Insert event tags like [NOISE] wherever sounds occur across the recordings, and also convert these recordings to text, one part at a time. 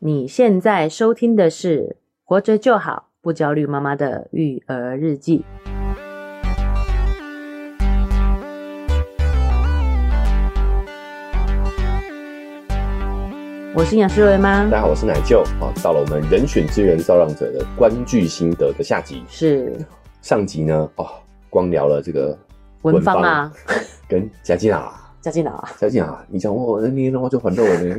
你现在收听的是《活着就好，不焦虑妈妈的育儿日记》。我是营养师瑞妈大，家好，我是奶舅。好，到了我们人选资源造浪者的观剧心得的下集。是上集呢，哦，光聊了这个文芳啊，跟嘉靖啊，嘉靖 [LAUGHS] 啊，嘉靖啊，你讲我那天的话就很肉了，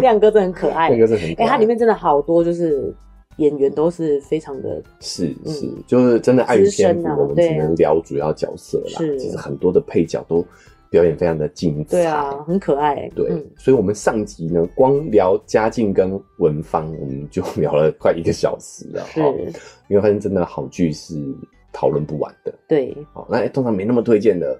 亮哥真的很可爱那。个是啊很可哎、爱它里面真的好多就是演员都是非常 [LAUGHS] 的是嗯是，就是真的碍于资深篇啊幅，我们对啊只能聊主要角色啦。是其实很多的配角都表演非常的精彩。对啊，很可爱、对，嗯所以我们上集呢，光聊嘉靖跟文芳，我们就聊了快一个小时了。哈是，你会发现真的好剧是讨论不完的。对，好，那哎通常没那么推荐的，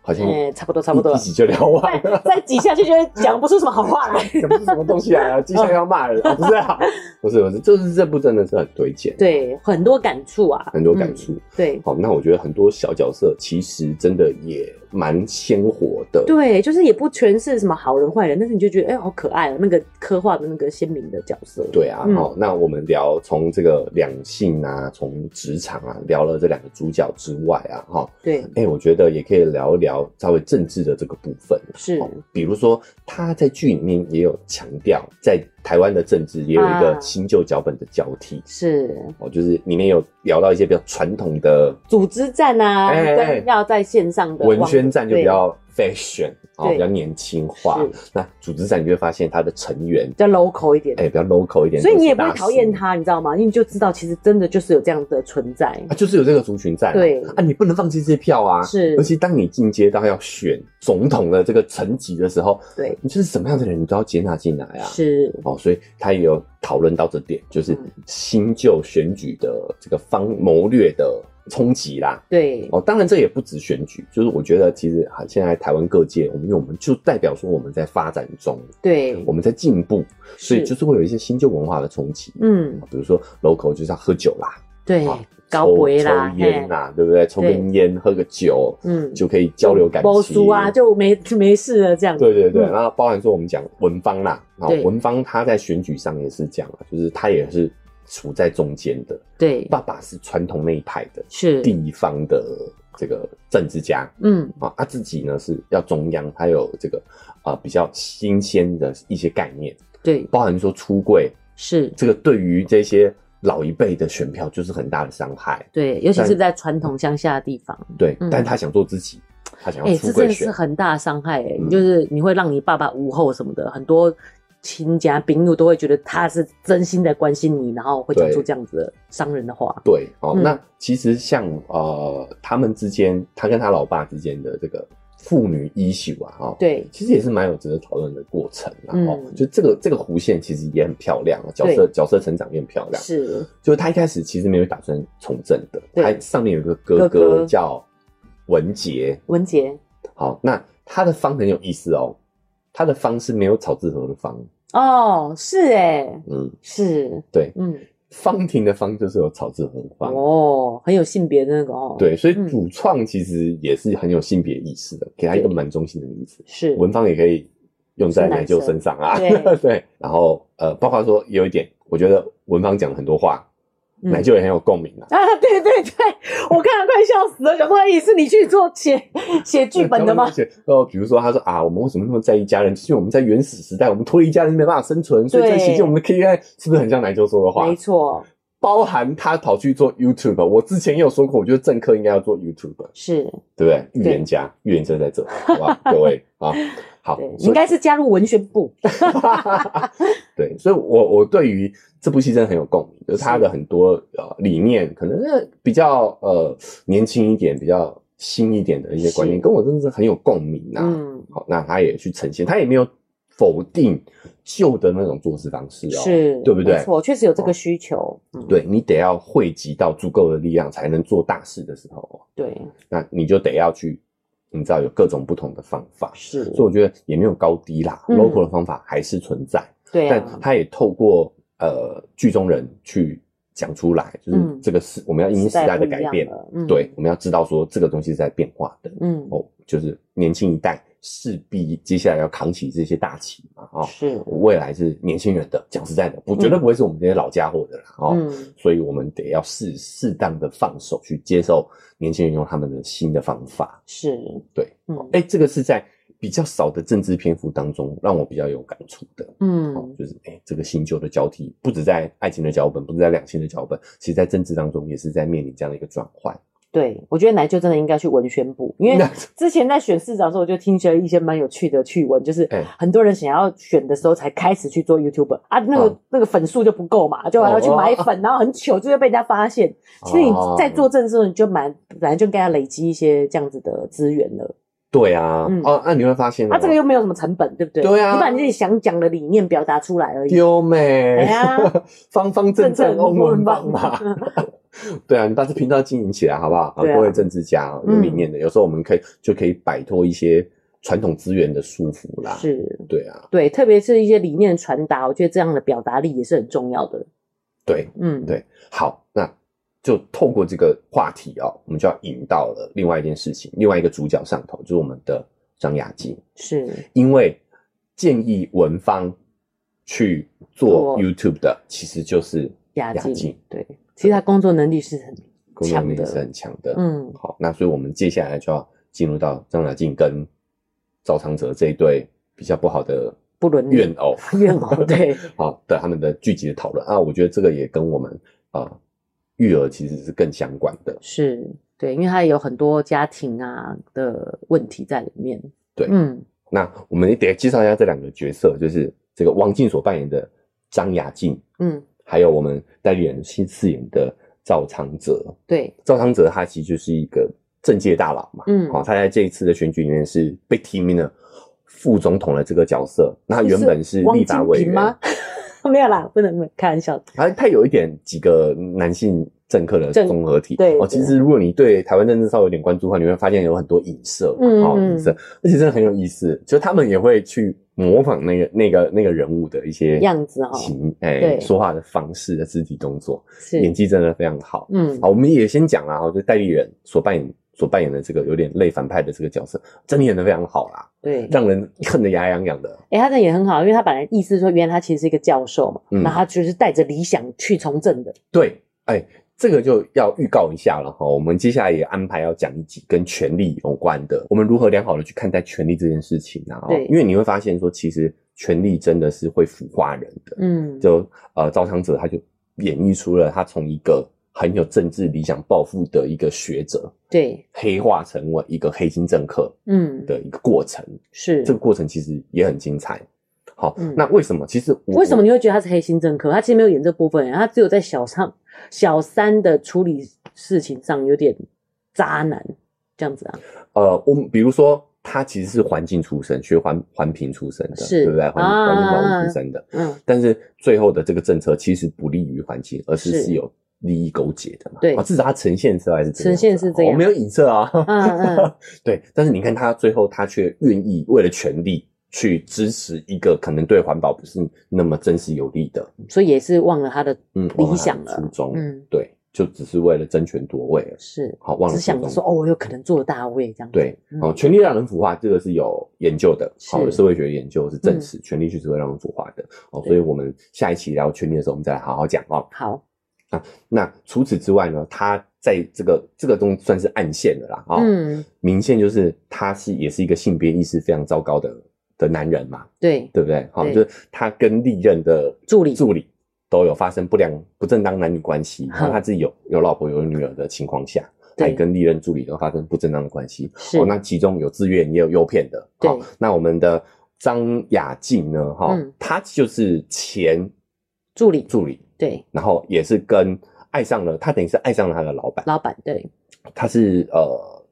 好像哎、差不多，差不多 [LAUGHS] 一了，一。集就聊完了再挤下去就会讲不出什么好话来。这不是什么东 [LAUGHS] 西啊？接下来要骂人啊？不是啊，不是不是，就是这部真的是很推荐，，对，很多感触啊，很多感触。嗯。对好，那我觉得很多小角色其实真的也蛮鲜活的，对，就是也不全是什么好人坏人，但是你就觉得哎、好可爱哦、那个刻画的那个鲜明的角色。对啊，嗯好、那我们聊从这个两性啊，从职场啊，聊了这两个主角之外啊，哈、对，哎、我觉得也可以聊一聊稍微政治的这个部分。是哦，比如说他在剧里面也有强调，在台湾的政治也有一个啊新旧脚本的交替。是，哦，就是里面有聊到一些比较传统的组织战啊，哎哎哎跟要在线上的文网宣战，就对比较 fashion 哦，对比较年轻化是。那组织战你就会发现它的成员比较 local 一点。哎、比较 local 一点，所以你也不都是会大叔讨厌，他，你知道吗？因为你就知道其实真的就是有这样的存在。啊，就是有这个族群在、啊，对啊，你不能放弃这些票啊。是尤，其当你进阶到要选总统的这个层级的时候，对，你就是什么样的人，你都要接纳进来啊。是，哦，所以他也有讨论到这点，就是嗯新旧选举的这个方谋略的冲击啦。对，哦，当然这也不止选举，就是我觉得其实啊，现在台湾各界，我们因为我们就代表说我们在发展中，对我，们在进步，所以是就是会有一些新旧文化的冲击。哦嗯，比如说 local 就是要喝酒啦，对啊，高杯啦，抽抽嘿烟，啦，对不对？抽根烟，喝个酒，嗯，啊就可以交流感包情书啊，就没没事了这样。对对对，嗯然后包含说我们讲文芳啦，啊对，文芳她在选举上也是这样啊，就是她也是处在中间的，对，爸爸是传统那一派的是，地方的这个政治家嗯，啊，他自己呢是要中央，他有这个啊、比较新鲜的一些概念，对，包含说出柜，是，这个对于这些老一辈的选票就是很大的伤害，对，尤其但是在传统乡下的地方，对，嗯但他想做自己，他想哎、要这出真柜的选是，很大的伤害、哎嗯就是你会让你爸爸无后什么的，很多亲家宾友都会觉得他是真心在关心你，然后会讲对出这样子的伤人的话。对哦，嗯那其实像呃他们之间，他跟他老爸之间的这个父女 issue 啊，哦，对，其实也是蛮有值得讨论的过程啦，然后、嗯就这个这个弧线其实也很漂亮啊，角色角色成长也很漂亮。是，就是他一开始其实没有打算从政的，对他上面有一个哥哥哥哥叫文杰，文杰，好，那他的方很有意思哦，他的方是没有草字头的方，哦，是哎、嗯，是，对，嗯，方婷的方就是有草字头的方，哦，很有性别的那个哦，，对，所以嗯主创其实也是很有性别意识的，给他一个对蛮中性的名字。是，文芳也可以用在是男奶舅生身上啊， [LAUGHS] 对然后呃，包括说有一点，我觉得文芳讲了很多话，嗯奶舅也很有共鸣啊。啊，对对对，我看了快笑死了，想说，哎，是你去做写写剧本的吗 [LAUGHS] 而？且哦，比如说他说啊，我们为什么那么在意家人？就是因为我们在原始时代，我们脱离家人没办法生存，所以对这个写进我们的 KPI 是不是很像奶舅说的话？没错，包含他跑去做 YouTube，我之前也有说过，我觉得政客应该要做 YouTube，是对不对？预言家，预言家在 [LAUGHS] 这，好不好？各位啊，好对，，所应以该是加入文宣部。对，所以我我对于这部戏真的很有共鸣，就是他的很多呃理念，可能是比较呃年轻一点，比较新一点的一些观念，是跟我真的是很有共鸣啊。嗯，好，那他也去呈现，他也没有否定旧的那种做事方式哦，是，对不对哦没错，确实有这个需求。嗯，对你得要汇集到足够的力量才能做大事的时候哦，对，那你就得要去，你知道有各种不同的方法，是，所以我觉得也没有高低啦、嗯 l o c a l 的方法还是存在，对啊但，他也透过呃剧中人去讲出来，就是嗯这个是、我们要因应时代不的一改样变，了。嗯对，，我们要知道说这个东西是在变化的嗯，哦，就是年轻一代势必接下来要扛起这些大旗嘛，哦，是，未来是年轻人的。讲实在的，不绝对不会是我们这些老家伙的啦，哦，嗯，所以我们得要适适当的放手去接受年轻人用他们的新的方法。是，对，嗯哎，这个是在比较少的政治篇幅当中让我比较有感触的。哦嗯，就是哎、诶这个新旧的交替，不止在爱情的脚本，不止在两性的脚本，其实在政治当中也是在面临这样的一个转换。对，我觉得奶就真的应该去文宣部， [LAUGHS] 因为那之前在选市长的时候，我就听起来一些蛮有趣的趣闻，就是哎很多人想要选的时候才开始去做 YouTuber 啊，那个、嗯那个粉数就不够嘛，就还要去买粉，然后很糗，就会被人家发现。哦所以你在做政治的时候，你就蛮本来就应该要累积一些这样子的资源了。对啊，嗯哦，那、你会发现、哦，啊，这个又没有什么成本，对不对？对啊你把你自己想讲的理念表达出来而已。丢妹，哎呀方方正正正，翁翁 [LAUGHS] 棒棒嘛。啊对啊，你把这频道经营起来好不好？啊对啊嗯各位政治家哦有理念的，有时候我们可以就可以摆脱一些传统资源的束缚啦。，是，对啊，对，特别是一些理念传达，我觉得这样的表达力也是很重要的。对嗯，对，好，那就透过这个话题哦，我们就要引到了另外一件事情，另外一个主角上头，就是我们的张雅静，是，因为建议文芳去做做 YouTube 的，其实就是雅雅静静，对，其实他工作能力是很，工作能强力的是很强的，嗯，好，那所以我们接下来就要进入到张雅静跟赵昌泽这一对比较不好的不伦理怨偶， [LAUGHS] 怨偶对， [LAUGHS] 好的他们的剧集的讨论啊，我觉得这个也跟我们啊、呃育儿其实是更相关的，是对，因为他有很多家庭啊的问题在里面。对嗯，那我们也得介绍一下这两个角色，就是这个王静所扮演的张雅静，嗯，还有我们代理人新饰演的赵昌泽。对，赵昌泽他其实就是一个政界大佬嘛，嗯好、他在这一次的选举里面是被提名了副总统的这个角色，那他原本是汪立法金委平员，吗？ [LAUGHS] 没有啦，不能没有开玩笑。他他有一点几个男性政客的政综合体。对对哦，其实如果你对台湾政治稍微有点关注的话，你会发现有很多影射嘛，嗯哦，嗯影射，而且真的很有意思，就他们也会去模仿那个那个那个人物的一些样子哦行哎、对说话的方式的肢体动作，是，演技真的非常好。嗯，好，我们也先讲啦，哦，就代理人所扮演。所扮演的这个有点类反派的这个角色，真的演的非常好啦，对。让人恨得牙痒痒的。哎、他这也很好，因为他本来意思说，原来他其实是一个教授嘛，嗯那他就是带着理想去从政的。对，哎，这个就要预告一下了哈。我们接下来也安排要讲一集跟权力有关的，我们如何良好的去看待权力这件事情啊？哦对因为你会发现说，其实权力真的是会腐化人的。嗯，就呃，赵昌泽他就演绎出了他从一个很有政治理想抱负的一个学者，对，黑化成为一个黑心政客嗯，的一个过程。是。这个过程其实也很精彩。好，嗯那为什么？其实我为什么我你会觉得他是黑心政客？他其实没有演这部分，他只有在小三小三的处理事情上有点渣男这样子啊。呃，我们比如说，他其实是环境出身，学环环评出身的，是对不对？环啊环境保护出身的，嗯，但是最后的这个政策其实不利于环境，而是是是有利益勾结的嘛。对啊，至少它呈现出来是这个样子啊呈现是这样我没有影射啊。嗯嗯 [LAUGHS] 对，但是你看他最后，他却愿意为了权力去支持一个可能对环保不是那么真实有利的，所以也是忘了他的嗯，理想忘了他的初了。衷，嗯，对，就只是为了争权夺位而已，是，好，忘了只初想着衷说哦，我有可能做大位这样子。对嗯，哦，权力让人腐化，这个是有研究的，好、是嗯有社会学研究是证实，权力确实会让人腐化的。哦，对所以我们下一期聊权力的时候，我们再来好好讲哦。好，那除此之外呢，他在这个这个东西算是暗线的啦，啊、哦，嗯，明线就是他是也是一个性别意识非常糟糕的的男人嘛，对，对不对？好、对就是他跟历任的助理助理都有发生不良不正当男女关系，然后哼他自己有有老婆有女儿的情况下，对还跟历任助理都发生不正当的关系。是哦，那其中有自愿也有诱骗的。对好，那我们的张雅静呢？哈、嗯她就是前助理，助理，对，然后也是跟爱上了她，等于是爱上了她的老板。老板，对，她是呃，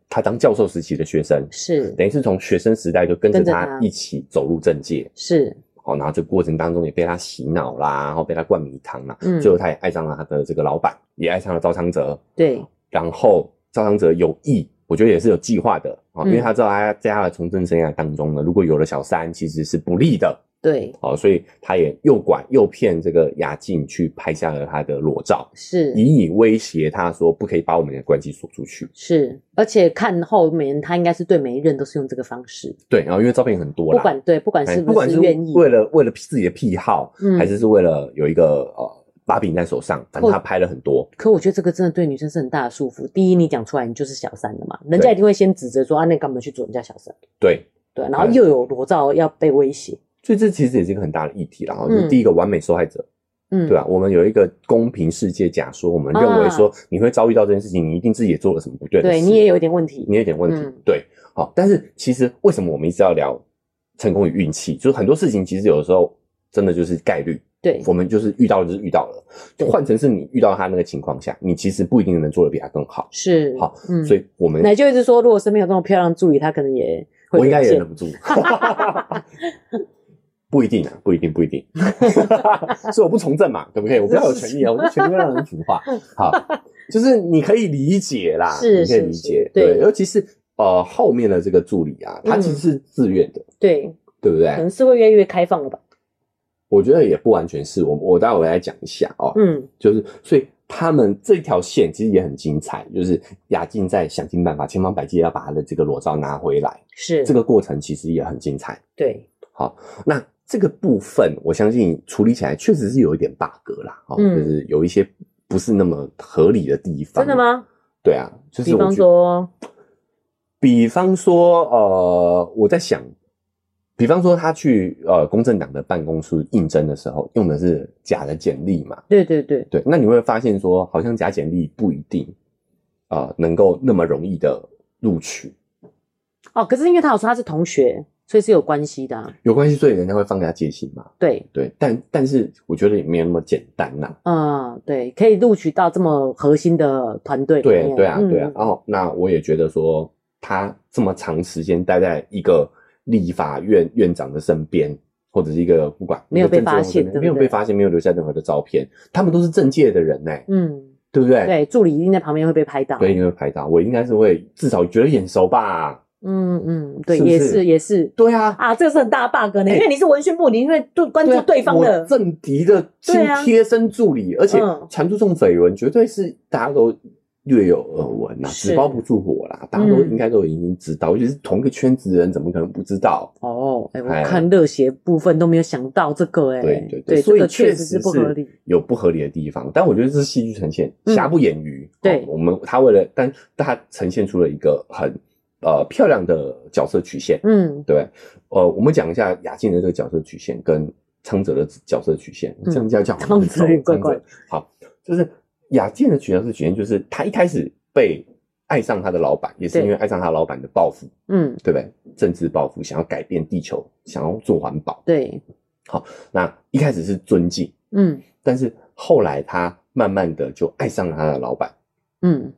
她当教授时期的学生，是等于是从学生时代就跟着跟着她她一起走入政界。是，好，然后这过程当中也被他洗脑啦，然后被他灌迷汤啦，嗯最后他也爱上了他的这个老板，也爱上了赵昌泽，对，然后赵昌泽有意，我觉得也是有计划的啊，因为嗯他知道他在他的从政生涯当中呢，如果有了小三，其实是不利的，对，哦，所以他也诱拐诱骗这个雅静去拍下了他的裸照，是以以威胁他说不可以把我们的关系锁出去。是，而且看后面他应该是对每一任都是用这个方式，对，然后因为照片很多不啦，管对，不管哎是不管是愿意，为了为了自己的癖好，嗯还是是为了有一个呃把柄在手上，反正他拍了很多。可我觉得这个真的对女生是很大的束缚。第一，你讲出来你就是小三了嘛，人家一定会先指责说啊，那你干嘛去做人家小三？对，对，啊然后对又有裸照要被威胁，所以这其实也是一个很大的议题啦。哈，嗯就是第一个完美受害者，嗯，啊对吧、啊我们有一个公平世界假说，我们认为说你会遭遇到这件事情，你一定自己也做了什么不对的事，对你也有一点问题，你有点问题，嗯对，好。但是其实为什么我们一直要聊成功与运气？就是很多事情其实有的时候真的就是概率，对我们就是遇到了就是遇到了，对换成是你遇到他那个情况下，你其实不一定能做得比他更好。是好，嗯所以我们奶就一直说，如果身边有这么漂亮的助理，她可能也会我应该也沦忍不住， [LAUGHS] 不一定啊，不一定，不一定， [LAUGHS] 所以我不从政嘛，可不可以？我不要有权利啊，我觉得权利会让人腐化。好，就是你可以理解啦，是你可以是理是解，对嗯尤其是呃后面的这个助理啊，他其实是自愿的，陷对，对不可对？能是会越来越开放了吧？我觉得也不完全是我，我待会来讲一下哦，嗯，就是所以。他们这条线其实也很精彩，就是雅静在想尽办法，千方百计要把她的这个裸照拿回来，是这个过程其实也很精彩。对，那这个部分，我相信处理起来确实是有一点 bug 啦，哦，嗯就是有一些不是那么合理的地方。真的？吗？对啊，就是比我方觉得，说，比方说，呃，我在想，比方说他去呃公正党的办公室应征的时候，用的是假的简历嘛，对对对，对，那你会发现说，好像假简历不一定啊、呃能够那么容易的录取。哦，可是因为他有说他是同学，所以是有关系的、啊，有关系，所以人家会放大戒心嘛？对，对，但但是我觉得也没有那么简单呐、嗯，对，可以录取到这么核心的团队里对面，对啊，嗯对啊。哦，那我也觉得说，他这么长时间待在一个立法院院长的身边，或者是一个不管没有被一个政治人物发现身边对不对没有被发现，没有留下任何的照片，他们都是政界的人呢、嗯，对不对？对，助理一定在旁边会被拍到，所以你会拍到，我应该是会至少觉得眼熟吧？嗯嗯，对，是不也是是也是对啊，啊，这个是很大的 bug 呢，哎因为你是文宣部，你因为对关注啊对方我的，政敌的亲对啊贴身助理，而且嗯传出这种绯闻，绝对是大家都。略有耳闻呐、是纸包不住火啦，大家都嗯应该都已经知道，尤其是同一个圈子的人，怎么可能不知道？哦，哎、哎我看热血部分都没有想到这个、哎，对对对，所这以个确确实实是不合理，有不合理的地方。但我觉得这是戏剧呈现，嗯瑕不掩瑜。对哦我们他为了，但但他呈现出了一个很呃漂亮的角色曲线，嗯，对不对？呃，我们讲一下雅静的这个角色曲线跟昌泽的角色曲线，嗯这样叫叫昌泽很怪昌怪泽好，就是雅静的角色曲线，就是他一开始被爱上他的老板，也是对因为爱上他老板的报复，嗯，对不对？政治报复，想要改变地球，想要做环保。对，那一开始是尊敬。嗯但是后来他慢慢的就爱上了他的老板，嗯，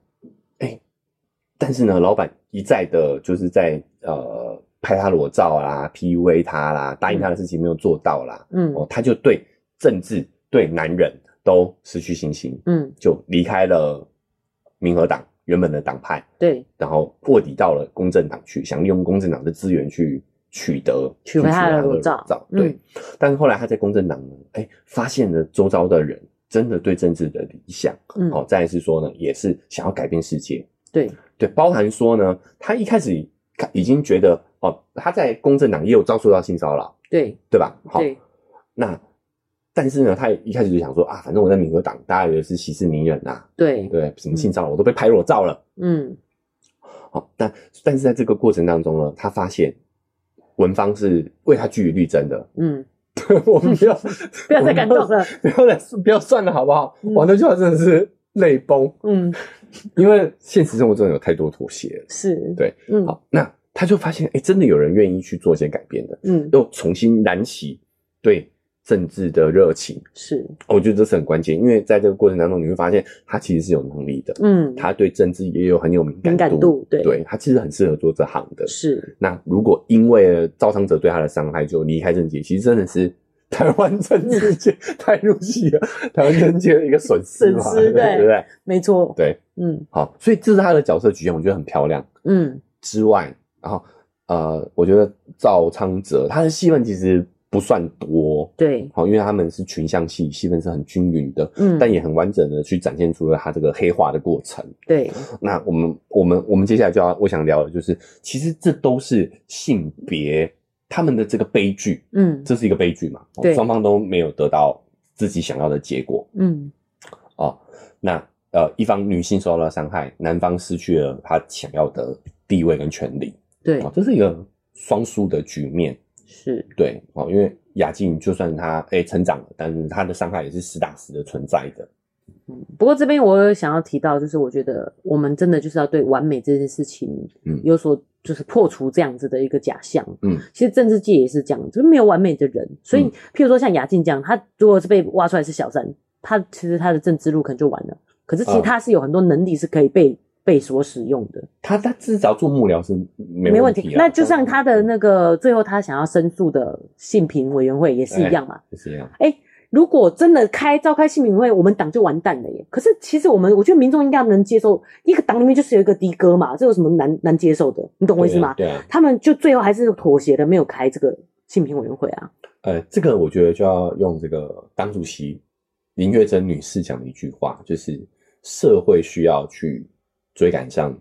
但是呢，老板一再的就是在呃拍他裸照啊啦、PUA 他啦、答应他的事情没有做到啦，嗯哦，他就对政治、对男人都失去信心，嗯，就离开了民和党原本的党派，对，然后卧底到了公正党去，想利用公正党的资源去取得取回他的裸照嗯对，但是后来他在公正党呢，哎，发现了周遭的人真的对政治的理想，嗯好、再来是说呢，也是想要改变世界，对，对，包含说呢，他一开始已经觉得哦，他在公正党也有遭受到性骚扰，对，对吧？好，对，那但是呢，他一开始就想说啊，反正我在民和党，大家也是息事宁人呐、对，对，什么性骚扰我都被拍裸照了。嗯，好，但但是在这个过程当中呢，他发现文芳是为他据理力争的。 [LAUGHS] 嗯，我们不要 [LAUGHS] 不要再感动，了，不要再不要算了，好不好？嗯哇，那句话真的是泪崩，嗯，因为现实生活中有太多妥协了。是，对，嗯好，那他就发现，哎、真的有人愿意去做一些改变的，嗯，又重新燃起对政治的热情。是，我觉得这是很关键，因为在这个过程当中，你会发现他其实是有能力的，嗯，他对政治也有很有敏感敏感度对对他其实很适合做这行的。是，那如果因为造成者对他的伤害就离开政界，其实真的是 [LAUGHS] 台湾政治 [LAUGHS] 界太入戏了，台湾政界的一个损失嘛，损失对对不对？没错，对，嗯好，所以这是他的角色局限，我觉得很漂亮。嗯，之外，然后呃，我觉得赵昌泽他的戏份其实。不算多，对，好，因为他们是群像戏，戏份是很均匀的，嗯但也很完整的去展现出了他这个黑化的过程。对，那我们我们我们接下来就要我想聊的就是，其实这都是性别他们的这个悲剧，嗯这是一个悲剧嘛，哦对双方都没有得到自己想要的结果嗯哦。那呃，一方女性受到了伤害，男方失去了他想要的地位跟权利，对哦，，这是一个双输的局面。是，对，哦，因为雅静就算她哎、成长了，但是她的伤害也是实打实的存在的。不过这边我有想要提到，就是我觉得我们真的就是要对完美这件事情，嗯有所就是破除这样子的一个假象，嗯，其实政治界也是这样，就是没有完美的人，所以、嗯譬如说像雅静这样，她如果是被挖出来是小三，她其实她的政治路可能就完了，可是其实啊她是有很多能力是可以被。被所使用的她她至少做幕僚是没没问问题、啊题，那就像她的嗯那个最后她想要申诉的性平委员会也哎是一样嘛，就是这样，如果真的开召开新民会，我们党就完蛋了耶。可是其实我们，我觉得民众应该能接受，一个党里面就是有一个的哥嘛，这有什么难难接受的？你懂我意思吗？对啊，对啊他们就最后还是妥协的，没有开这个性平委员会啊。呃，这个我觉得就要用这个党主席林月珍女士讲的一句话，就是社会需要去追赶上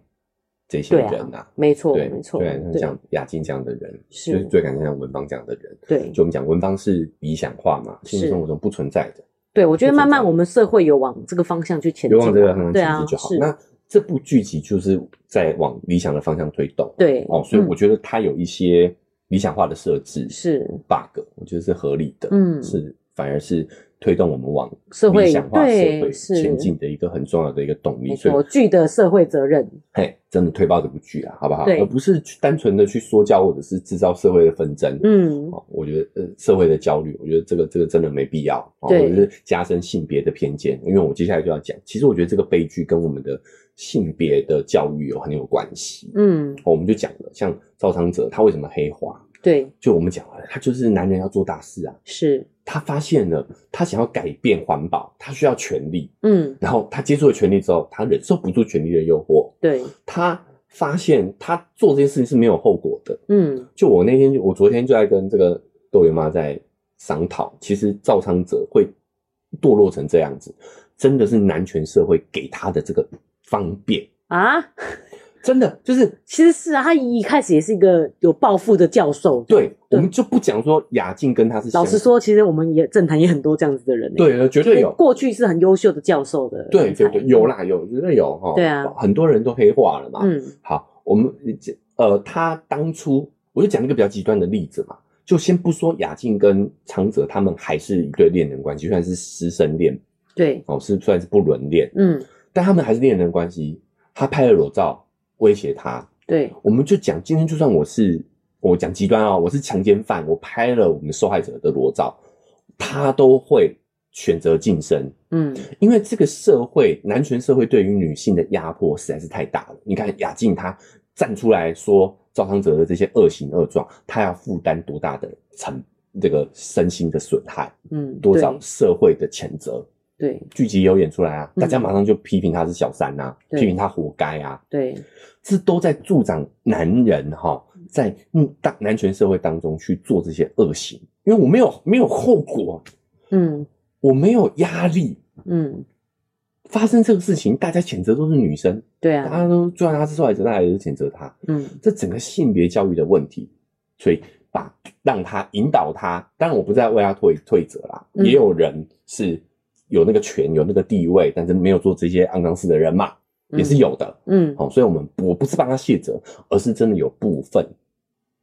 这些对人啊啊，没错，对，没错，对，像对像雅静这样的人，是就是追赶上文芳这样的人。对就我们讲，文芳是理想化嘛，现实是生活中不存在的。对，我觉得慢慢就我们社会有往这个方向去前有进往这个啊，方向对前啊进，就好。是，那这部剧集就是在往理想的方向推动。对哦，所以嗯我觉得它有一些理想化的设置是 bug，我觉得是合理的。嗯是反而是推动我们往社会理想化社对会是前进的一个很重要的一个动力。没所错，以，剧的社会责任，嘿，真的推爆这部剧啊，好不好？对而不是去单纯的去说教或者是制造社会的纷争。嗯，哦，我觉得呃社会的焦虑，我觉得这个这个真的没必要，哦、对我就是加深性别的偏见，因为我接下来就要讲，其实我觉得这个悲剧跟我们的性别的教育有很有关系。嗯，哦，我们就讲了，像赵昌哲他为什么黑化，对，就我们讲了，他就是男人要做大事啊，是，他发现了他想要改变环保，他需要权利，嗯，然后他接触了权利之后，他忍受不住权利的诱惑，对，他发现他做这件事情是没有后果的，嗯，就我那天就，我昨天就在跟这个豆圆妈在商讨，其实赵昌泽会堕落成这样子，真的是男权社会给他的这个方便，啊，真的就是其实是啊，他一开始也是一个有抱负的教授，对，我们就不讲说雅静跟他是老实相，说，其实我们也政坛也很多这样子的人、欸。，对，呃绝对有，过去是很优秀的教授的人才。对对对，有啦有，绝对有哈，对啊很多人都黑化了嘛。嗯，好，我们呃，他当初我就讲一个比较极端的例子嘛。就先不说雅静跟长泽他们还是一对恋人关系，虽然是师生恋对，哦，是虽然是不伦恋，嗯，但他们还是恋人关系。他拍了裸照威胁他，对，我们就讲，今天就算我是我讲极端啊、我是强奸犯，我拍了我们受害者的裸照，他都会选择晋升，嗯，因为这个社会男权社会对于女性的压迫实在是太大了。你看雅静她站出来说赵昌哲的这些恶行恶状，她要负担多大的成这个身心的损害，嗯，多少社会的谴责。对？剧集也有演出来啊，嗯大家马上就批评他是小三呐、啊对批评他活该啊，对对，这都在助长男人哈、在嗯当男权社会当中去做这些恶行，因为我没有没有后果，嗯我没有压力，嗯，发生这个事情，大家谴责都是女生，对大啊，家都虽然他是受害者，大家也是谴责他，嗯这整个性别教育的问题，所以把让他引导他，当然我不再为他退退责啦，嗯也有人是有那个权有那个地位，但是没有做这些肮脏事的人嘛，嗯也是有的。哦嗯，好、所以我们我不是帮他卸责，而是真的有部分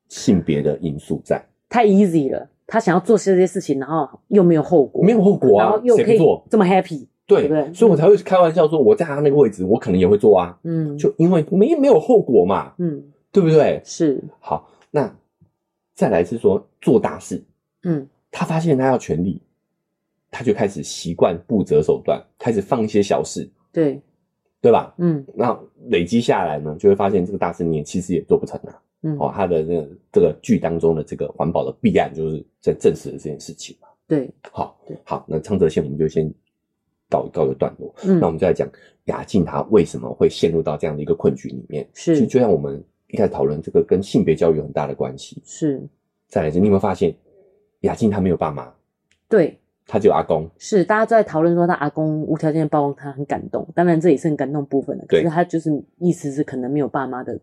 性别的因素在，太 easy 了。他想要做这些事情，然后又没有后果，没有后果然啊后，又谁可不以做？这么 happy，对，对不对所以我才会开玩笑说，我在他那个位置，我可能也会做啊，嗯，就因为没没有后果嘛，嗯对不对？是，好，那再来是说做大事，嗯他发现他要权力，他就开始习惯不择手段，开始放一些小事，对，对吧？嗯那累积下来呢，就会发现这个大事你也其实也做不成啊。嗯哦，他的那个这个剧当中的这个环保的弊案，就是在证实了这件事情嘛。对，好对，好，那昌泽宪我们就先告告一个段落。那我嗯们就来讲雅静她为什么会陷入到这样的一个困局里面。其实是就像我们一开始讨论这个跟性别教育有很大的关系。是，再来是，你有没有发现雅静她没有爸妈，对，她只有阿公，是大家都在讨论说他阿公无条件包容他，很感动。当然这也是很感动部分的，可对是他就是意思是可能没有爸妈的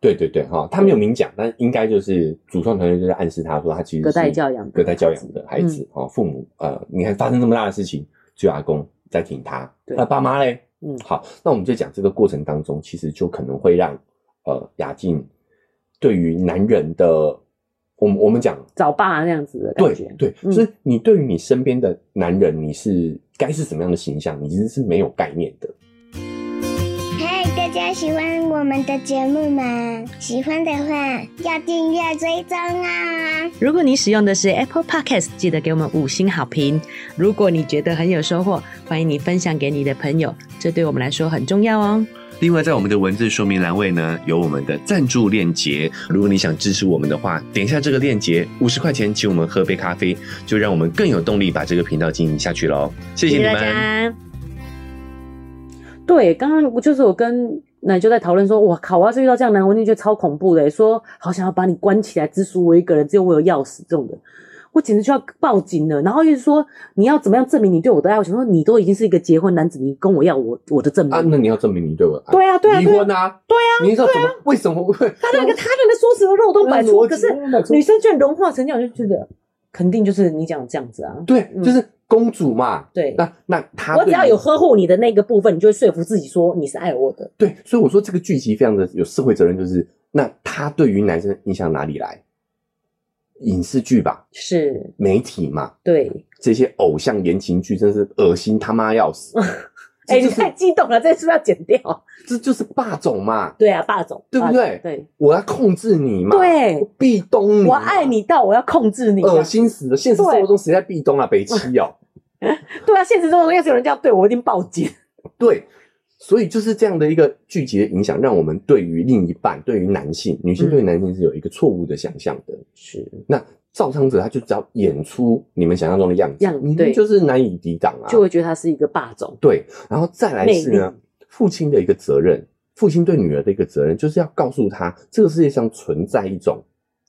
对对对，哈，他没有明讲，但应该就是主创团队就在暗示他说，他其实隔代是教养的隔代教孩养子嗯的孩子，哦，父母呃，你看发生这么大的事情，只有阿公在挺他，对那爸妈嘞，嗯好，那我们就讲这个过程当中，其实就可能会让呃雅静对于男人的，我们我们讲找爸那样子的感对觉。对，嗯所以你对于你身边的男人，你是该是什么样的形象，你其实是没有概念的。嗨，大家喜欢我们的节目吗？喜欢的话要订阅追踪啊、如果你使用的是 Apple Podcast，记得给我们五星好评。如果你觉得很有收获，欢迎你分享给你的朋友，这对我们来说很重要哦。另外，在我们的文字说明栏位呢，有我们的赞助链接。如果你想支持我们的话，点一下这个链接，五十块钱请我们喝杯咖啡，就让我们更有动力把这个频道经营下去喽。谢谢你大们。家。对，刚刚我就是我跟奶就在讨论说，哇靠，我要是遇到这样的男人，我一定觉得超恐怖的，欸说好想要把你关起来，只属我一个人，只有我有钥匙这种的，我简直就要报警了。然后又说你要怎么样证明你对我的爱？我想说你都已经是一个结婚男子，你跟我要我我的证明？啊，那你要证明你对我的爱，对啊，对啊，离对啊婚，啊，对啊，你知道怎么、为什么会？他那个他那个说辞的漏洞百出，逻辑可是百出女生居然融化成这样，我就觉得肯定就是你讲的这样子啊。对，嗯就是公主嘛。对，那那她我只对要你有呵护你的那个部分，你就会说服自己说你是爱我的。对，所以我说这个剧集非常的有社会责任，就是那她对于男生的印象哪里来？影视剧吧，是，媒体嘛，对。这些偶像言情剧真是恶心他妈 [LAUGHS] 要死。哎、这就你是太激动了，这是不是要剪掉？这就是霸总嘛，对啊，霸总，对不霸对对我要控制你嘛，，对，壁咚你，我爱，你到我要控制你啊。恶心死了！现实生活中谁在壁咚啊？北七哦，对啊，现实中要是有人这样对我，我一定报警。对，所以就是这样的一个聚集的影响，让我们对于另一半、对于男性、女嗯性对于男性是有一个错误的想象的。是，那造商者他就只要演出你们想象中的样子，样你对们就是难以抵挡啊。就会觉得他是一个霸总。对，然后再来是魅呢，父亲的一个责任，父亲对女儿的一个责任，就是要告诉她，这个世界上存在一种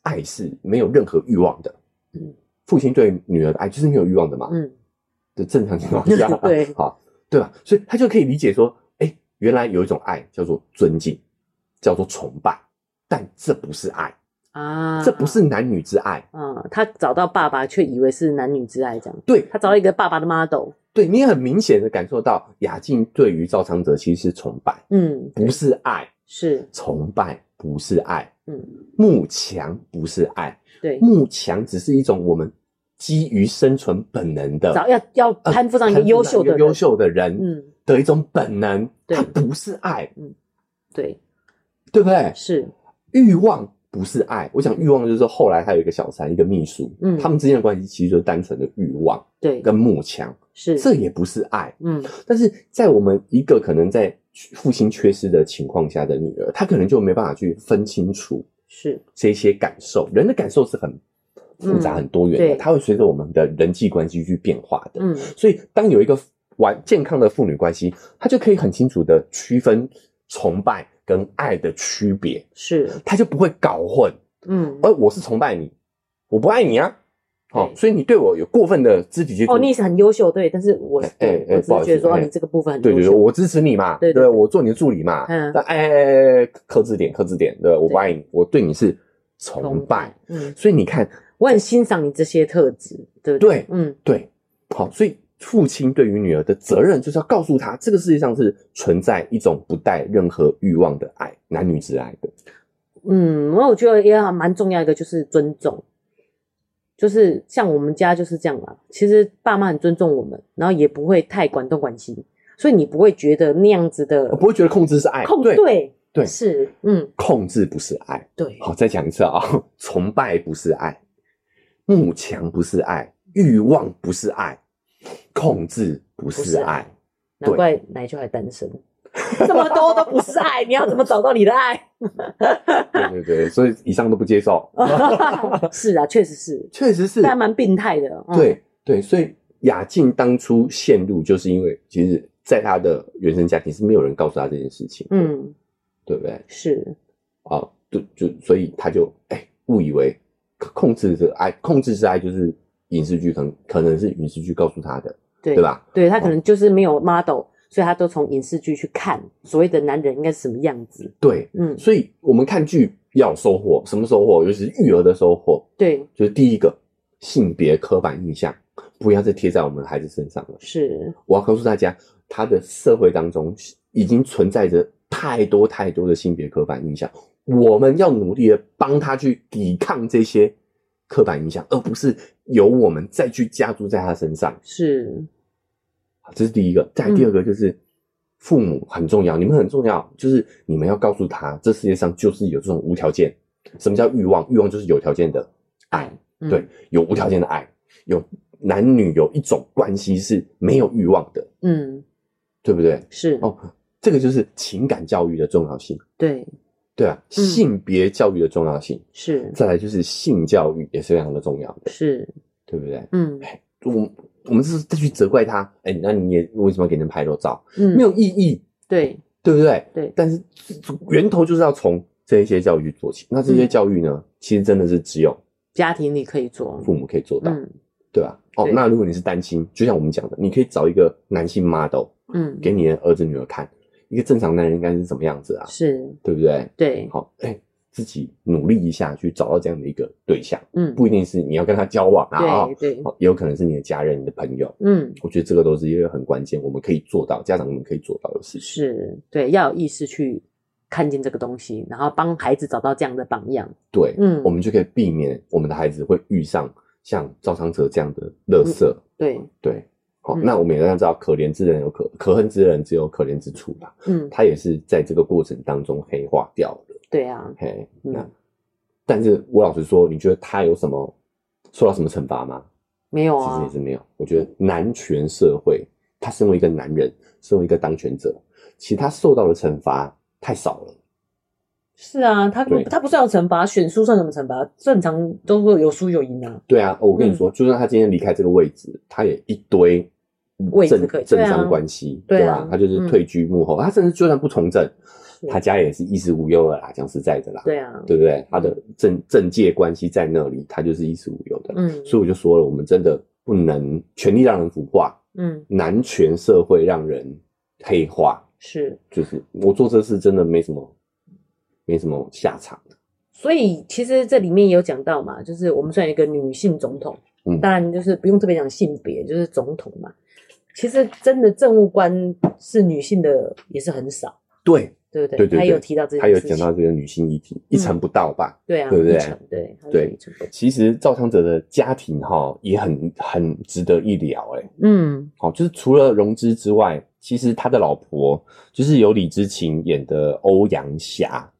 爱是没有任何欲望的。嗯父亲对女儿的爱就是没有欲望的嘛，嗯，，的正常情况下 [LAUGHS] 对好，对吧？所以他就可以理解说，哎，原来有一种爱叫做尊敬，叫做崇拜，但这不是爱，啊，这不是男女之爱。啊、他找到爸爸，却以为是男女之爱这样。对他找到一个爸爸的 model，对，你也很明显的感受到雅静对于赵昌泽其实是崇拜，嗯，不是爱。是，崇拜不是爱，嗯，慕强不是爱，对，慕强只是一种我们基于生存本能的，找要要呃攀附上一个优秀的攀附上一个人，优，秀的人嗯，的一种本能，对它不是爱，对，对不对？是，欲望不是爱，我想欲望就是后来他有一个小三，一个秘书，嗯他们之间的关系其实就是单纯的欲望对，跟慕强，是，这也不是爱。嗯，但是在我们一个可能在父亲缺失的情况下的女儿，她可能就没办法去分清楚是，这些感受。人的感受是很复嗯杂、很多元对的，它会随着我们的人际关系去变化的。嗯，所以，当有一个完健康的父女关系，她就可以很清楚的区分崇拜跟爱的区别，是，她就不会搞混。嗯，而我是崇拜你，我不爱你啊。哦对，所以你对我有过分的肢体接触，哦，你也是很优秀，对，但是我，哎对哎我只不好是意觉得思说，哦，哎你这个部分很对优对对，秀，我支持你嘛，对对对，我做你的助理嘛。嗯但哎哎哎，克制点，克制点，对，我不对爱你，我对你是崇拜。，嗯，所以你看，我很欣赏你这些特质，对不对嗯，对，好，所以父亲对于女儿的责任就是要告诉她，这个世界上是存在一种不带任何欲望的爱，男女之爱的。嗯，我我觉得也还蛮重要一个就是尊重，就是像我们家就是这样啦。其实爸妈很尊重我们，然后也不会太管东管西，所以你不会觉得那样子的我呃哦不会觉得控制是爱，控对，对对是嗯控制不是爱。对好，再讲一次啊、 [LAUGHS] 崇拜不是爱，慕强不是爱，欲望不是爱，控制不不是是爱爱。难怪奶就还单身， [LAUGHS] 这么多都不是爱，你要怎么找到你的爱？对对对，所以以上都不接受，是啊，确实是，确实是但还蛮病态的，嗯、对对，所以雅静当初陷入，就是因为其实在她的原生家庭是没有人告诉她这件事情，，嗯对不对？是啊，就就所以她就哎误以为控制这个爱，控制是爱，就是影视剧可能可能是影视剧告诉他的，哦对对？吧？对他可能就是没有 model，所以他都从影视剧去看所谓的男人应该是什么样子。对，嗯，所以我们看剧要有收获，什么收获？尤其是育儿的收获，对，就是第一个性别刻板印象不要再贴在我们孩子身上了。是，我要告诉大家，他的社会当中已经存在着太多太多的性别刻板印象，我们要努力的帮他去抵抗这些刻板印象，而不是由我们再去加注在他身上。是，这是第一个。再来第二个就是父母很重要，你们很重要，就是你们要告诉他，这世界上就是有这种无条件。什么叫欲望？欲望就是有条件的爱，嗯对，有无条件的爱，有男女有一种关系是没有欲望的，嗯，对不对？是，哦，这个就是情感教育的重要性，对，对啊，嗯性别教育的重要性，是，再来就是性教育也是非常的重要的，是，对不对？嗯我我们是再去责怪他，哎，那你也为什么给人拍裸照？嗯，没有意义，对，对不对？对但是源头就是要从这一些教育做起。那这些嗯教育呢，其实真的是只有家庭里可以做，父母可以做到，嗯对吧？哦，对那如果你是单亲，就像我们讲的，你可以找一个男性 model 嗯，给你的儿子女儿看，一个正常男人应该是什么样子啊，是，对不对？对，好，哎、自己努力一下去找到这样的一个对象，嗯，不一定是你要跟他交往啊，哦对对，哦也有可能是你的家人、你的朋友。嗯，我觉得这个都是一个很关键，我们可以做到，家长们可以做到的事情。是，对，要有意识去看见这个东西，然后帮孩子找到这样的榜样。对，嗯我们就可以避免我们的孩子会遇上像赵昌哲这样的垃圾。对，对，好、嗯那我们也要知道，可怜之人有可可恨之人，只有可怜之处啦。嗯，他也是在这个过程当中黑化掉的。对啊，嘿，嗯那、但是我老实说，你觉得他有什么受到什么惩罚吗？没有其实也啊是，没有。我觉得男权社会，他身为一个男人，身为一个当权者，其实他受到的惩罚太少了。是啊，他对他不算有惩罚，选书算什么惩罚？正常都会有输有赢啊。对啊，我跟你说，就算他今天离开这个位置，他也一堆位置政可以对政啊商关系，对啊吧？他就是退居幕后，他甚至就算不从政，他家也是衣食无忧了啦。讲实在的啦，对啊，对不对？他的政政界关系在那里，他就是衣食无忧的啦。嗯所以我就说了，我们真的不能权力让人腐化，嗯，男权社会让人黑化。是。就是我做这事真的没什么，没什么下场。所以其实这里面也有讲到嘛，就是我们虽然有一个女性总统，嗯当然就是不用特别讲性别，就是总统嘛。其实真的政务官是女性的也是很少，对，对不对？对对对他也有提到这他件有事情，讲到这个女性议题，一成不到吧？对啊，对不对一成对他对是一成不到其实赵昌哲的家庭哈也很很值得一聊哎、嗯，好，就是除了荣枝之外，其实他的老婆就是由李知勤演的欧阳霞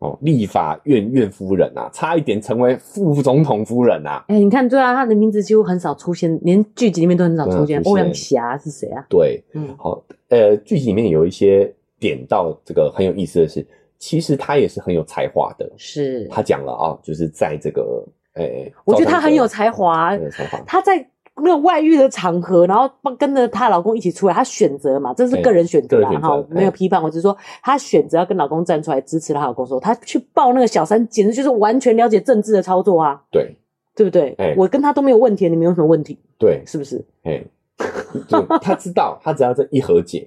哦，立法院院夫人啊，差一点成为副总统夫人啊。哎、你看，对啊，他的名字几乎很少出现，连剧集里面都很少出现。对啊出现欧阳霞是谁啊？对，嗯好，呃，剧集里面有一些点到这个很有意思的是，其实他也是很有才华的。是，他讲了啊，就是在这个，诶、我觉得他赵昌很哲有才华很有才华，她在那个外遇的场合，然后帮跟着她老公一起出来，她选择嘛，这是对个人选择啦个人选择哈，对没有批判，我只是说她选择要跟老公站出来支持她老公的时候，她去抱那个小三，简直就是完全了解政治的操作啊，对对不对？哎我跟她都没有问题，你们有什么问题？对，是不是？哎，就他知道，他只要这一和解，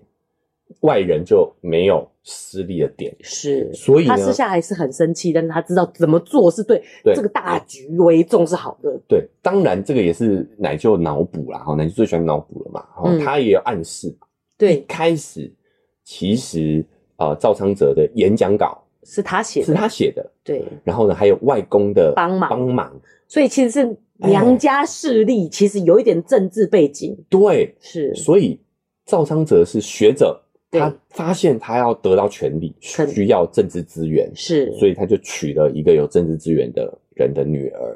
外人就没有失利的点。是，所以呢她私下还是很生气，但是她知道怎么做是对对这个大局为重是好的。对，当然这个也是奶舅脑补啦，哈，奶舅最喜欢脑补了嘛，哈、嗯他也有暗示。一对，开始其实啊、呃赵昌哲的演讲稿是她写是的，他写的，对，然后呢，还有外公的帮忙帮忙，所以其实是哎娘家势力，其实有一点政治背景，对，是所以赵昌哲是学者，对他发现他要得到权力，肯需要政治资源，是，所以他就娶了一个有政治资源的人的女儿。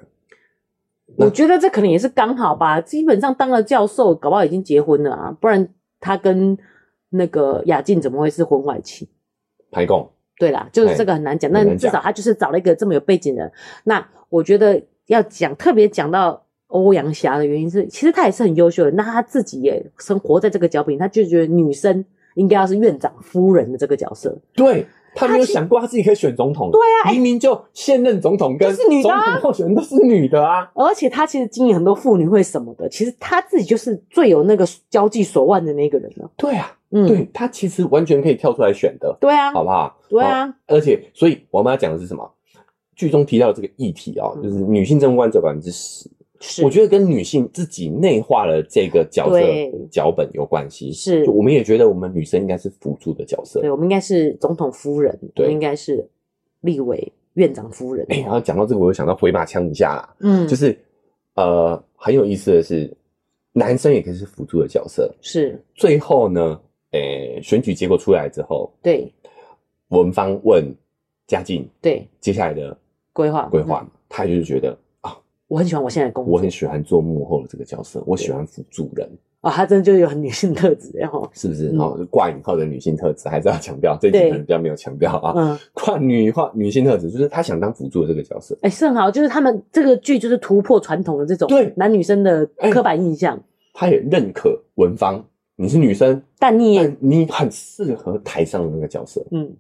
我觉得这可能也是刚好吧，基本上当了教授，搞不好已经结婚了啊，不然他跟那个雅静怎么会是婚外情？排供，对啦，就是哎这个很难讲，很难但至少讲他就是找了一个这么有背景的人。那我觉得要讲特别讲到欧阳霞的原因是，其实她也是很优秀的，那她自己也生活在这个角柄，她就觉得女生应该要是院长夫人的这个角色，对他没有想过他自己可以选总统，对啊，明明就现任总统跟哎都是女的总啊统候选人都是女的啊，而且他其实经营很多妇女会什么的，其实他自己就是最有那个交际手腕的那个人了。对啊，嗯，对他其实完全可以跳出来选的，对啊，好不好？对啊，而且，所以我们要讲的是什么？剧中提到的这个议题啊、嗯就是女性政务官只有百分之十，是，我觉得跟女性自己内化了这个角色对脚本有关系。是就我们也觉得我们女生应该是辅助的角色。对，我们应该是总统夫人，对我们应该是立委院长夫人。哎、然后讲到这个，我又想到回马枪一下啦，嗯，就是是呃，很有意思的是，男生也可以是辅助的角色。是，最后呢，诶、选举结果出来之后，对文芳问嘉靖对，接下来的规划规划，嗯他就是觉得啊，我很喜欢我现在的工我作很喜欢做幕后的这个角色，我喜欢辅助人，啊，他真的就有很女性特质，然后是不是？嗯哦，挂引号的女性特质还是要强调，这一集对可能比较没有强调 [LAUGHS] 啊。嗯，挂女化女性特质就是她想当辅助的这个角色，哎，是很好，就是他们这个剧就是突破传统的这种对男女生的哎刻板印象，她也认可文芳，你是女生，但你也但你很适合台上的那个角色，嗯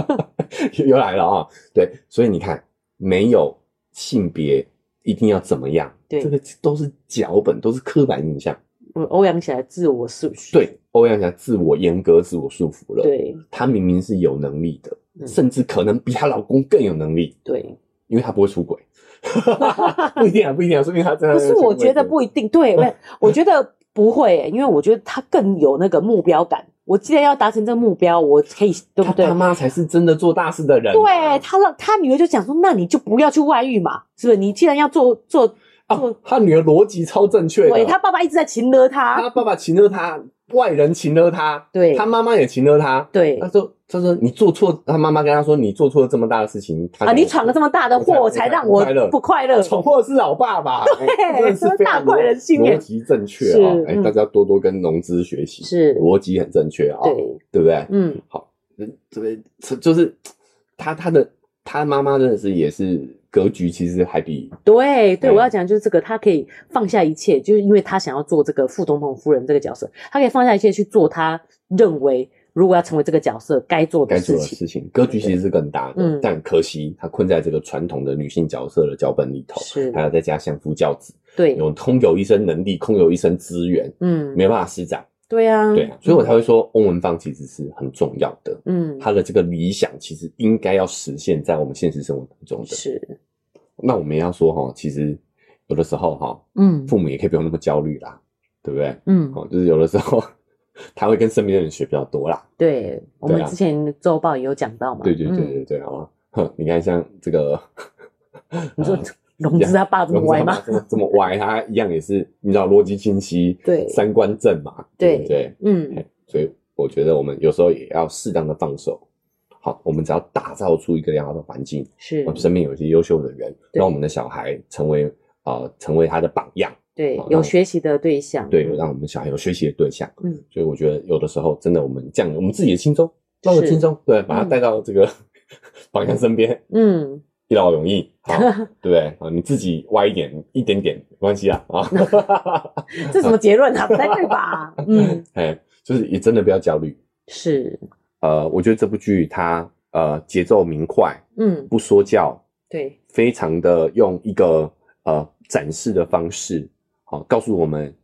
[LAUGHS] 又来了啊！对，所以你看，没有性别一定要怎么样，对这个都是脚本，都是刻板印象。嗯欧阳起来自我是对，欧阳想自我严格、自我束缚了。。对她明明是有能力的，嗯甚至可能比她老公更有能力，对，因为她不会出轨。 [LAUGHS] 不一定啊，不一定啊，说明她真的不是我觉得不一定， [LAUGHS] 对，没有我觉得不会、欸因为我觉得他更有那个目标感。我既然要达成这个目标，我可以对她不对他？妈才是真的做大事的人、啊对，他让他女儿就讲说，那你就不要去外遇嘛，是不是？你既然要做做，啊，他女儿逻辑超正确的。对他爸爸一直在擒勒他他，爸爸擒了他，外人擒了他，对他妈妈也擒了他。对他说：“他说你做错，他妈妈跟他说你做错了这么大的事情，他啊，你闯了这么大的祸，我我才才让我不快乐不快乐。闯祸的是老爸 [LAUGHS] 爸，哎真的是真的非常大快人心耶逻辑正确啊、是哎，嗯大家多多跟农资学习，是逻辑很正确啊、对，对不对？嗯，嗯，这边这就是他他的他妈妈真的是也是格局，其实还比对对，对我要讲就是这个，他可以放下一切，就是因为他想要做这个副总统夫人这个角色，他可以放下一切去做他认为如果要成为这个角色该做的该事做的情。事情格局其实是更大的，嗯但可惜他困在这个传统的女性角色的脚本里头，是还要再加相夫教子，对，有空有一身能力，空有一身资源，嗯，没办法施展。对啊，对啊，所以我才会说翁文芳其实是很重要的，嗯，他的这个理想其实应该要实现在我们现实生活当中的。是，那我们要说哈，其实有的时候哈，嗯父母也可以不用那么焦虑啦，对不对？嗯，哦，就是有的时候他会跟身边的人学比较多啦。对，我对啊们之前周报也有讲到嘛，对对对嗯对对啊，哼你看像这个 [LAUGHS] 呃你说融资他爸这么歪吗？这么这么歪，他一样也是，你知道逻辑清晰，对三观正嘛，对对不对？嗯，哎所以我觉得我们有时候也要适当的放手。好，我们只要打造出一个良好的环境，是我，们身边有一些优秀的人，对让我们的小孩成为呃成为他的榜样，对好，那有我学习的对象，嗯对，让我们小孩有学习的对象。嗯，所以我觉得有的时候真的我们这样，我们自己也轻松，让他是轻松，对，把他嗯带到这个 [LAUGHS] 榜样身边，嗯，一劳永逸， [LAUGHS] 好，对不对？啊，你自己歪一点，一点点没关系啊，啊， [LAUGHS] 这什么结论啊？不太对吧？ [LAUGHS] 嗯，哎，就是也真的不要焦虑。是，呃，我觉得这部剧它呃节奏明快，嗯，不说教，对，非常的用一个呃展示的方式，好、告诉我们。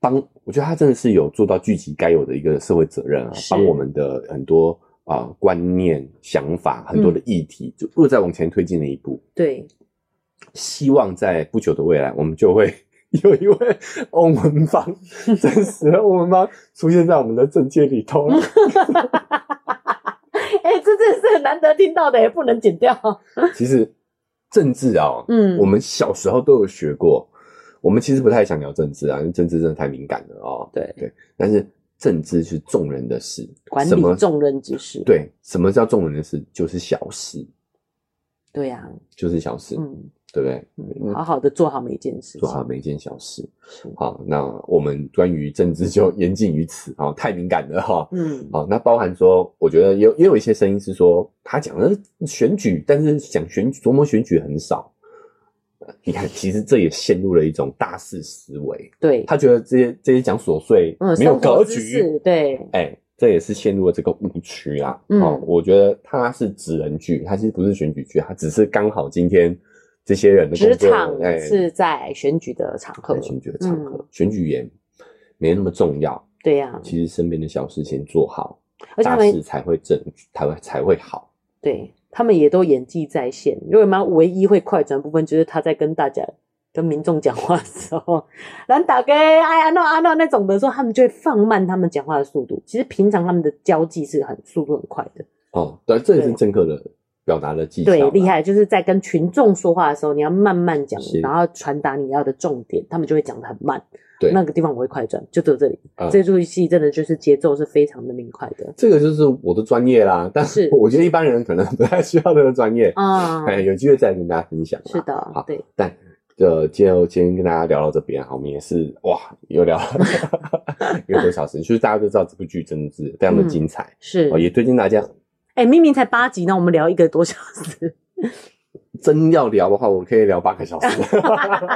帮我觉得他真的是有做到剧集该有的一个社会责任啊，是帮我们的很多啊、呃观念、想法，很多的议题，就又再往前推进了一步。对，希望在不久的未来，我们就会 [LAUGHS] 有一位欧文芳，真实的欧文芳出现在我们的政界里头了。哎、这真的是很难得听到的，也不能剪掉。其实政治啊、嗯我们小时候都有学过，我们其实不太想聊政治啊，因为政治真的太敏感了哦。对对，但是政治是众人的事，管什么理众人之事，对，什么叫众人的事？就是小事，对呀、就是小事，嗯对不对？嗯，好好的做好每一件事情做，好每一件小事。是好，那我们关于政治就言尽于此啊、哦，太敏感了哈、嗯，好，哦那包含说，我觉得也有也有一些声音是说，他讲的选举，但是讲选举琢磨选举很少。呃你看，其实这也陷入了一种大事思维，对，他觉得这些这些讲琐碎嗯，，没生有活格之局，事对，哎，这也是陷入了这个误区啦。嗯哦，我觉得它是职人剧，它其实不是选举剧，它只是刚好今天这些人的工职作场哎是在选举的场合在，选举的场合，嗯选举也没那么重要。对呀、其实身边的小事先做好，而且他大们事才会正，才会才会好。对他们也都演技在线。瑞文妈唯一会快转的部分就是他在跟大家、跟民众讲话的时候，然后打给哎呀那啊那那种的时候，他们就会放慢他们讲话的速度。其实平常他们的交际是很速度很快的，哦，对，这也是对政客的表达的技巧啦，对，厉害。就是在跟群众说话的时候，你要慢慢讲是，然后传达你要的重点，他们就会讲的很慢。对那个地方我会快转，就到这里。啊。这出戏真的就是节奏是非常的明快的这个就是我的专业啦，但是是我觉得一般人可能不太需要这个专业。啊，哎，有机会再跟大家分享啦。是的好，对，但呃，就今天跟大家聊到这边，好，我们也是哇，又聊了 [LAUGHS] 一个多小时，就是大家都知道这部剧真的是非常的精彩，是哦，。也推荐大家哎，明明才八集，那我们聊一个多小时。真要聊的话，我可以聊八个小时， [LAUGHS]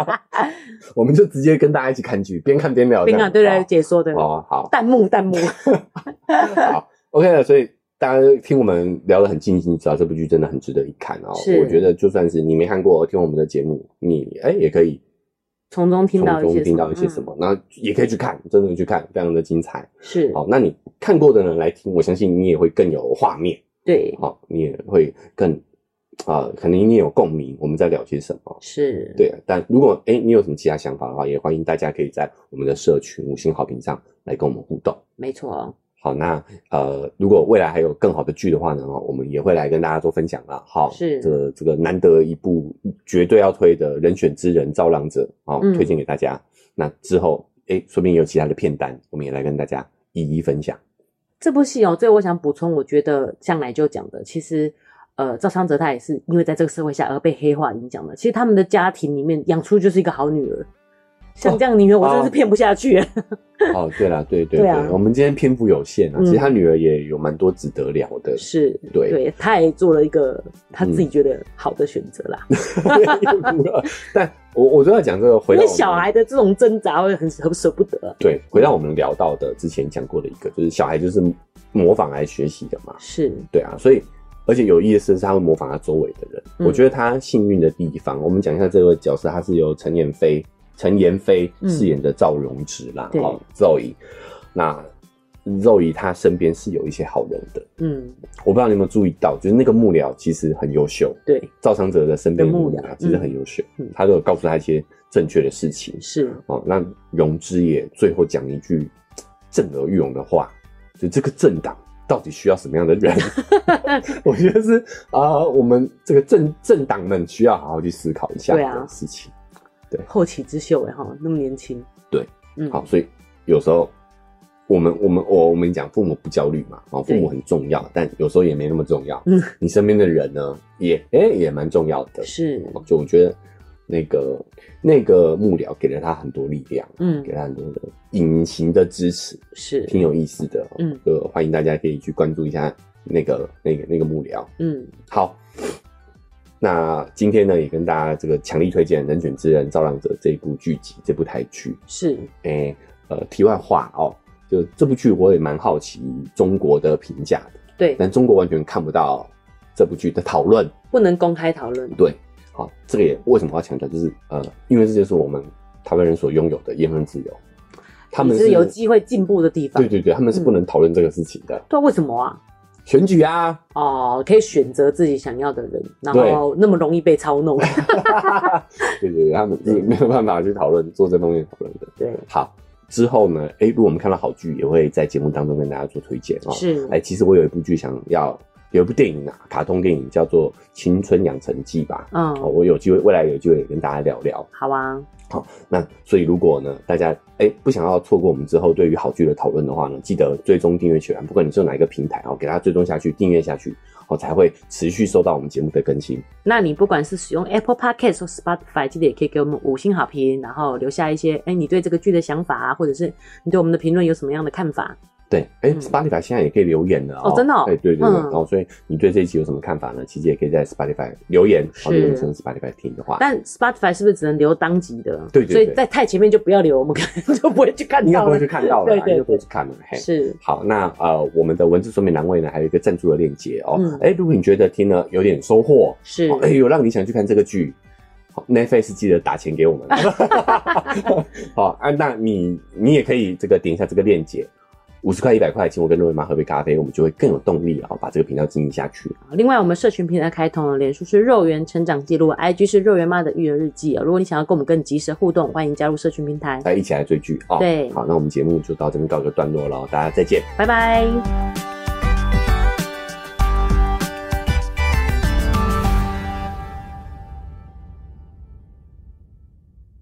我们就直接跟大家一起看剧，边看边聊这冰样，啊，对对，好解说的哦，好弹幕弹幕， [LAUGHS] 好，OK 了，所以。大家听我们聊得很尽兴，知道这部剧真的很值得一看哦。是我觉得就算是你没看过，听我们的节目，你哎、也可以从中听到一 [LAUGHS] 从些什么嗯中听到一些什么，然后也可以去看，真的去看，非常的精彩。是嗯好，那你看过的人来听，我相信你也会更有画面，对好，你也会更啊、可能你也有共鸣，我们在聊些什么。是，对，但如果哎、你有什么其他想法的话，也欢迎大家可以在我们的社群五星好评上来跟我们互动。没错，好，那呃，如果未来还有更好的剧的话呢，我们也会来跟大家做分享啦。好，是这这个难得一部绝对要推的《人选之人》《造浪者》好，嗯推荐给大家。那之后，哎，说不定有其他的片单，我们也来跟大家一一分 [LAUGHS] 享。这部戏哦，最后我想补充，我觉得像奶就讲的，其实呃，赵昌泽他也是因为在这个社会下而被黑化影响的。其实他们的家庭里面养出就是一个好女儿，像这样的女儿，我真是骗不下去。哦，对啦，对对对啊我们今天篇幅有限啊，嗯其实他女儿也有蛮多值得聊的。 [LAUGHS] [LAUGHS] 是，对嗯对，他也做了一个他自己觉得好的选择啦。但我我都要讲这个，回因到为我们小孩的这种挣扎会很很舍不得。对，回到我们聊到的之前讲过的一个，就是小孩就是模仿来学习的嘛。是，对啊，所以而且有意思的是，他会模仿他周围的人。嗯我觉得他幸运的地方，我们讲一下这个角色，他是由陈妍霏、陈妍霏嗯饰演的赵荣植啦，对哦，Zoe。那 Zoe 她身边是有一些好人的，嗯，我不知道你有没有注意到，就是那个幕僚其实很优秀，对，赵昌哲的身边的的幕幕僚僚其实很优秀，嗯嗯他都有告诉他一些正确的事情。是，哦，那荣之也最后讲一句震耳欲聋的话，就这个政党到底需要什么样的人？ [LAUGHS] 我觉得是啊、我们这个政政党们需要好好去思考一下对啊的事情。后起之秀哎哈，那么年轻。对，嗯，好，所以有时候我们我们我我们讲父母不焦虑嘛，哦，父对母很重要，但有时候也没那么重要。嗯，你身边的人呢，也哎、也蛮重要的。是，哦就我觉得那个那个幕僚给了他很多力量，嗯给，他很多的隐形的支持，是，挺有意思的、哦。嗯，就欢迎大家可以去关注一下那个那个那个幕僚。嗯，好，那今天呢也跟大家这个强力推荐《人选之人》《造浪者》这部剧集，这部台剧。是，诶、呃，题外话哦，就这部剧我也蛮好奇中国的评价的，对，但中国完全看不到这部剧的讨论。不能公开讨论。对，好，这个也为什么要强调，就是呃，因为这就是我们台湾人所拥有的言论自由，他们也是有机会进步的地方对对对，他们是不能讨论这个事情的。对啊，为什么啊？选举啊，哦，可以选择自己想要的人，然后那么容易被操 [LAUGHS] 弄。对对对，他们是没有办法去讨论做这方面讨论的。对，好，之后呢，诶，如果我们看到好剧，也会在节目当中跟大家做推荐哦。是，哎，其实我有一部剧想要，有一部电影啊，卡通电影叫做《青春养成记》吧。嗯，哦，我有机会，未来有机会也跟大家聊聊。好啊，那所以如果呢，大家哎、不想要错过我们之后对于好剧的讨论的话呢，记得追踪订阅起来，不管你是用哪一个平台哦，给大家追踪下去，订阅下去哦，才会持续收到我们节目的更新。那你不管是使用 Apple Podcast 或 Spotify，记得也可以给我们五星好评，然后留下一些哎，你对这个剧的想法啊，或者是你对我们的评论有什么样的看法，对，哎嗯，Spotify 现在也可以留言的哦真的哦哎，对对对，嗯哦，所以你对这一集有什么看法呢？其实也可以在 Spotify 留言，哦，是如果你是用 Spotify 听的话，但 Spotify 是不是只能留当集的？对对对所以在太前面就不要留，我们可能就不会去看应该到不了。会去看到了啦，对应对该不会对去，看了，嘿。是好，那呃，我们的文字说明栏位呢，还有一个赞助的链接哦嗯。哎、如果你觉得听了有点收获，是哦，哎、有让你想去看这个剧。好 Netflix 记得打钱给 [LAUGHS] 我们。 [LAUGHS] 好啊，那你你也可以这个点一下这个链接，五十块一百块，请我跟瑞文妈喝杯咖啡，我们就会更有动力啊、哦，把这个频道经营下去。另外，我们社群平台开通了，脸书是肉圆成长记录，IG 是肉圆妈的育儿日记哦。如果你想要跟我们更及时互动，欢迎加入社群平台。来一起来追剧啊！哦对好，那我们节目就到这边告一个段落了，大家再见。拜拜。